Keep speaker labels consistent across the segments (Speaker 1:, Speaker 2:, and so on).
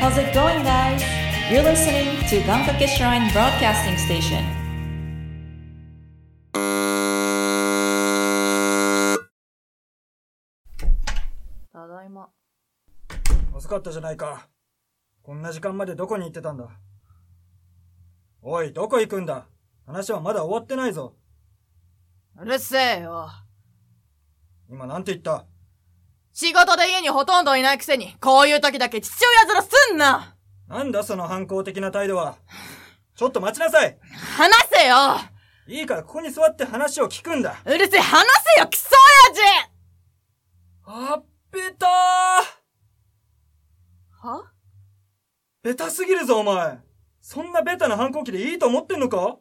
Speaker 1: How's it going, guys? You're listening to Gankake Shrine Broadcasting Station.
Speaker 2: ただいま。
Speaker 3: 遅かったじゃないか。こんな時間までどこに行ってたんだ。おい、どこ行くんだ話はまだ終わってないぞ。
Speaker 2: うるせえよ。
Speaker 3: 今なんて言った
Speaker 2: 仕事で家にほとんどいないくせに、こういう時だけ父親面すんな
Speaker 3: なんだその反抗的な態度は。ちょっと待ちなさい
Speaker 2: 話せよ
Speaker 3: いいからここに座って話を聞くんだ
Speaker 2: うるせえ、話せよ、クソ親父
Speaker 3: あっべたー
Speaker 2: は
Speaker 3: ベタすぎるぞお前そんなベタな反抗期でいいと思ってんのか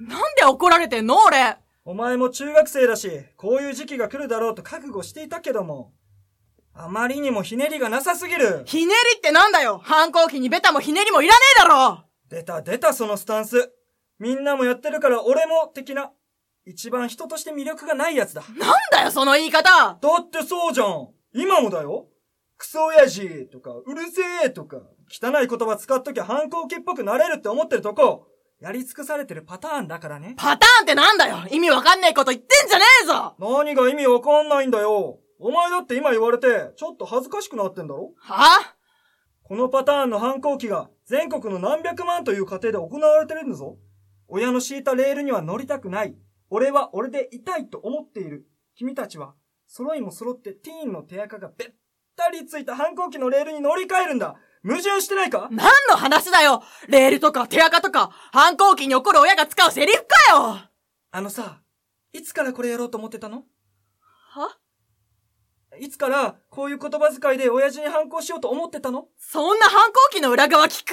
Speaker 2: なんで怒られてんの俺。
Speaker 3: お前も中学生だし、こういう時期が来るだろうと覚悟していたけども、あまりにもひねりがなさすぎる
Speaker 2: ひねりってなんだよ反抗期にベタもひねりもいらねえだろ
Speaker 3: 出た出たそのスタンス。みんなもやってるから俺も的な。一番人として魅力がないやつだ。
Speaker 2: なんだよ、その言い方
Speaker 3: だってそうじゃん。今もだよ。クソ親父とか、うるせえとか、汚い言葉使っときゃ反抗期っぽくなれるって思ってるとこ、やり尽くされてるパターンだからね。
Speaker 2: パターンってなんだよ意味わかんねえこと言ってんじゃねえぞ
Speaker 3: 何が意味わかんないんだよ。お前だって今言われて、ちょっと恥ずかしくなってんだろ
Speaker 2: は
Speaker 3: このパターンの反抗期が全国の何百万という家庭で行われてるんだぞ。親の敷いたレールには乗りたくない。俺は俺でいたいと思っている。君たちは、揃いも揃ってティーンの手垢がべったりついた反抗期のレールに乗り換えるんだ。矛盾してないか
Speaker 2: 何の話だよレールとか手垢とか、反抗期に怒る親が使うセリフかよ
Speaker 3: あのさ、いつからこれやろうと思ってた
Speaker 2: は
Speaker 3: の
Speaker 2: い
Speaker 3: つからこういう言葉遣いで親父に反抗しようと思ってたの
Speaker 2: そんな反抗期の裏側聞く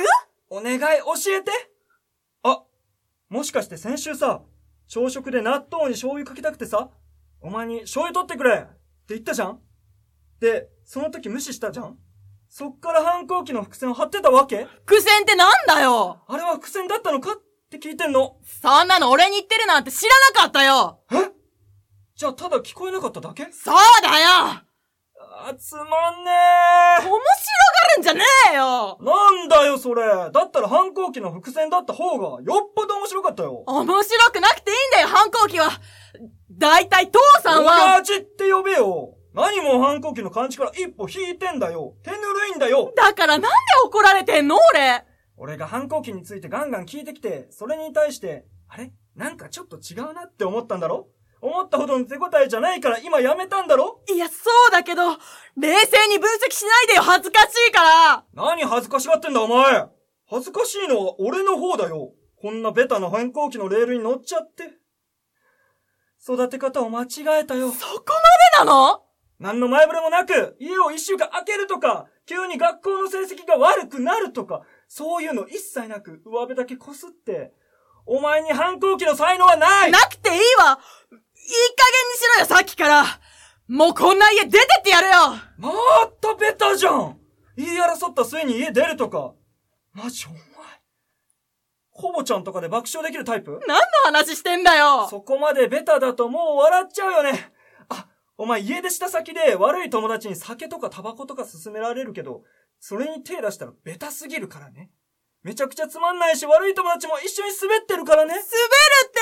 Speaker 3: お願い教えてあ、もしかして先週さ、朝食で納豆に醤油かけたくてさ、お前に醤油取ってくれって言ったじゃんで、その時無視したじゃんそっから反抗期の伏線を張ってたわけ
Speaker 2: 苦戦ってなんだよ
Speaker 3: あれは伏線だったのかって聞いてんの。
Speaker 2: そんなの俺に言ってるなんて知らなかったよ
Speaker 3: えじゃあただ聞こえなかっただけ
Speaker 2: そうだよ
Speaker 3: あ、つまんね
Speaker 2: 面白がるんじゃねえよ
Speaker 3: えなんだよそれだったら反抗期の伏線だった方がよっぽど面白かったよ
Speaker 2: 面白くなくていいんだよ、反抗期はだいたい父さんは
Speaker 3: 親父って呼べよ何もう反抗期の感じから一歩引いてんだよ手ぬるいんだよ
Speaker 2: だからなんで怒られてんの俺
Speaker 3: 俺が反抗期についてガンガン聞いてきて、それに対して、あれなんかちょっと違うなって思ったんだろ思ったほどの手応えじゃないから今やめたんだろ
Speaker 2: いや、そうだけど、冷静に分析しないでよ、恥ずかしいから
Speaker 3: 何恥ずかしがってんだお前恥ずかしいのは俺の方だよこんなベタな反抗期のレールに乗っちゃって。育て方を間違えたよ。
Speaker 2: そこまでなの
Speaker 3: 何の前触れもなく、家を一週間空けるとか、急に学校の成績が悪くなるとか、そういうの一切なく、上辺だけこすって、お前に反抗期の才能はない
Speaker 2: なくていいわいい加減にしろよ、さっきからもうこんな家出てってやるよ
Speaker 3: またベタじゃん言い争った末に家出るとか。マジお前。ほぼちゃんとかで爆笑できるタイプ
Speaker 2: 何の話してんだよ
Speaker 3: そこまでベタだともう笑っちゃうよね。あ、お前家出した先で悪い友達に酒とかタバコとか勧められるけど、それに手出したらベタすぎるからね。めちゃくちゃつまんないし悪い友達も一緒に滑ってるからね。
Speaker 2: 滑るって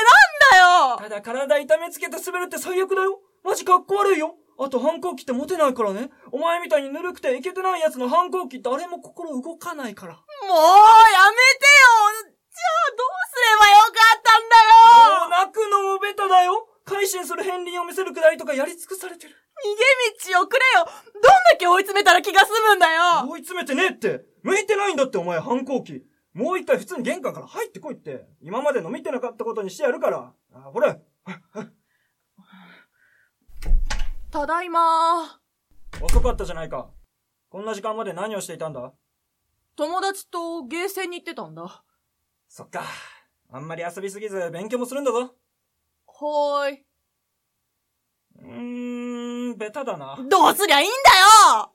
Speaker 2: なんだよ
Speaker 3: ただ体痛めつけて滑るって最悪だよ。マジかっこ悪いよ。あと反抗期ってモテないからね。お前みたいにぬるくてイケてない奴の反抗期誰も心動かないから。
Speaker 2: もうやめてよじゃあどうすればよかったんだよ
Speaker 3: もう泣くのもベタだよ。改心する片鱗を見せるくらいとかやり尽くされてる。
Speaker 2: 逃げ道をくれよどんだけ追い詰めたら気が済むんだよ
Speaker 3: 追い詰めてねえって。向いてないんだってお前反抗期。もう一回普通に玄関から入ってこいって。今までの見てなかったことにしてやるから。あ、ほら。
Speaker 2: ただいま
Speaker 3: 遅かったじゃないか。こんな時間まで何をしていたんだ
Speaker 2: 友達とゲーセンに行ってたんだ。は
Speaker 3: そっか。あんまり遊びすぎず勉強もするんだぞ。
Speaker 2: ーい。
Speaker 3: うーん、ベタだな。
Speaker 2: どうすりゃいいんだよ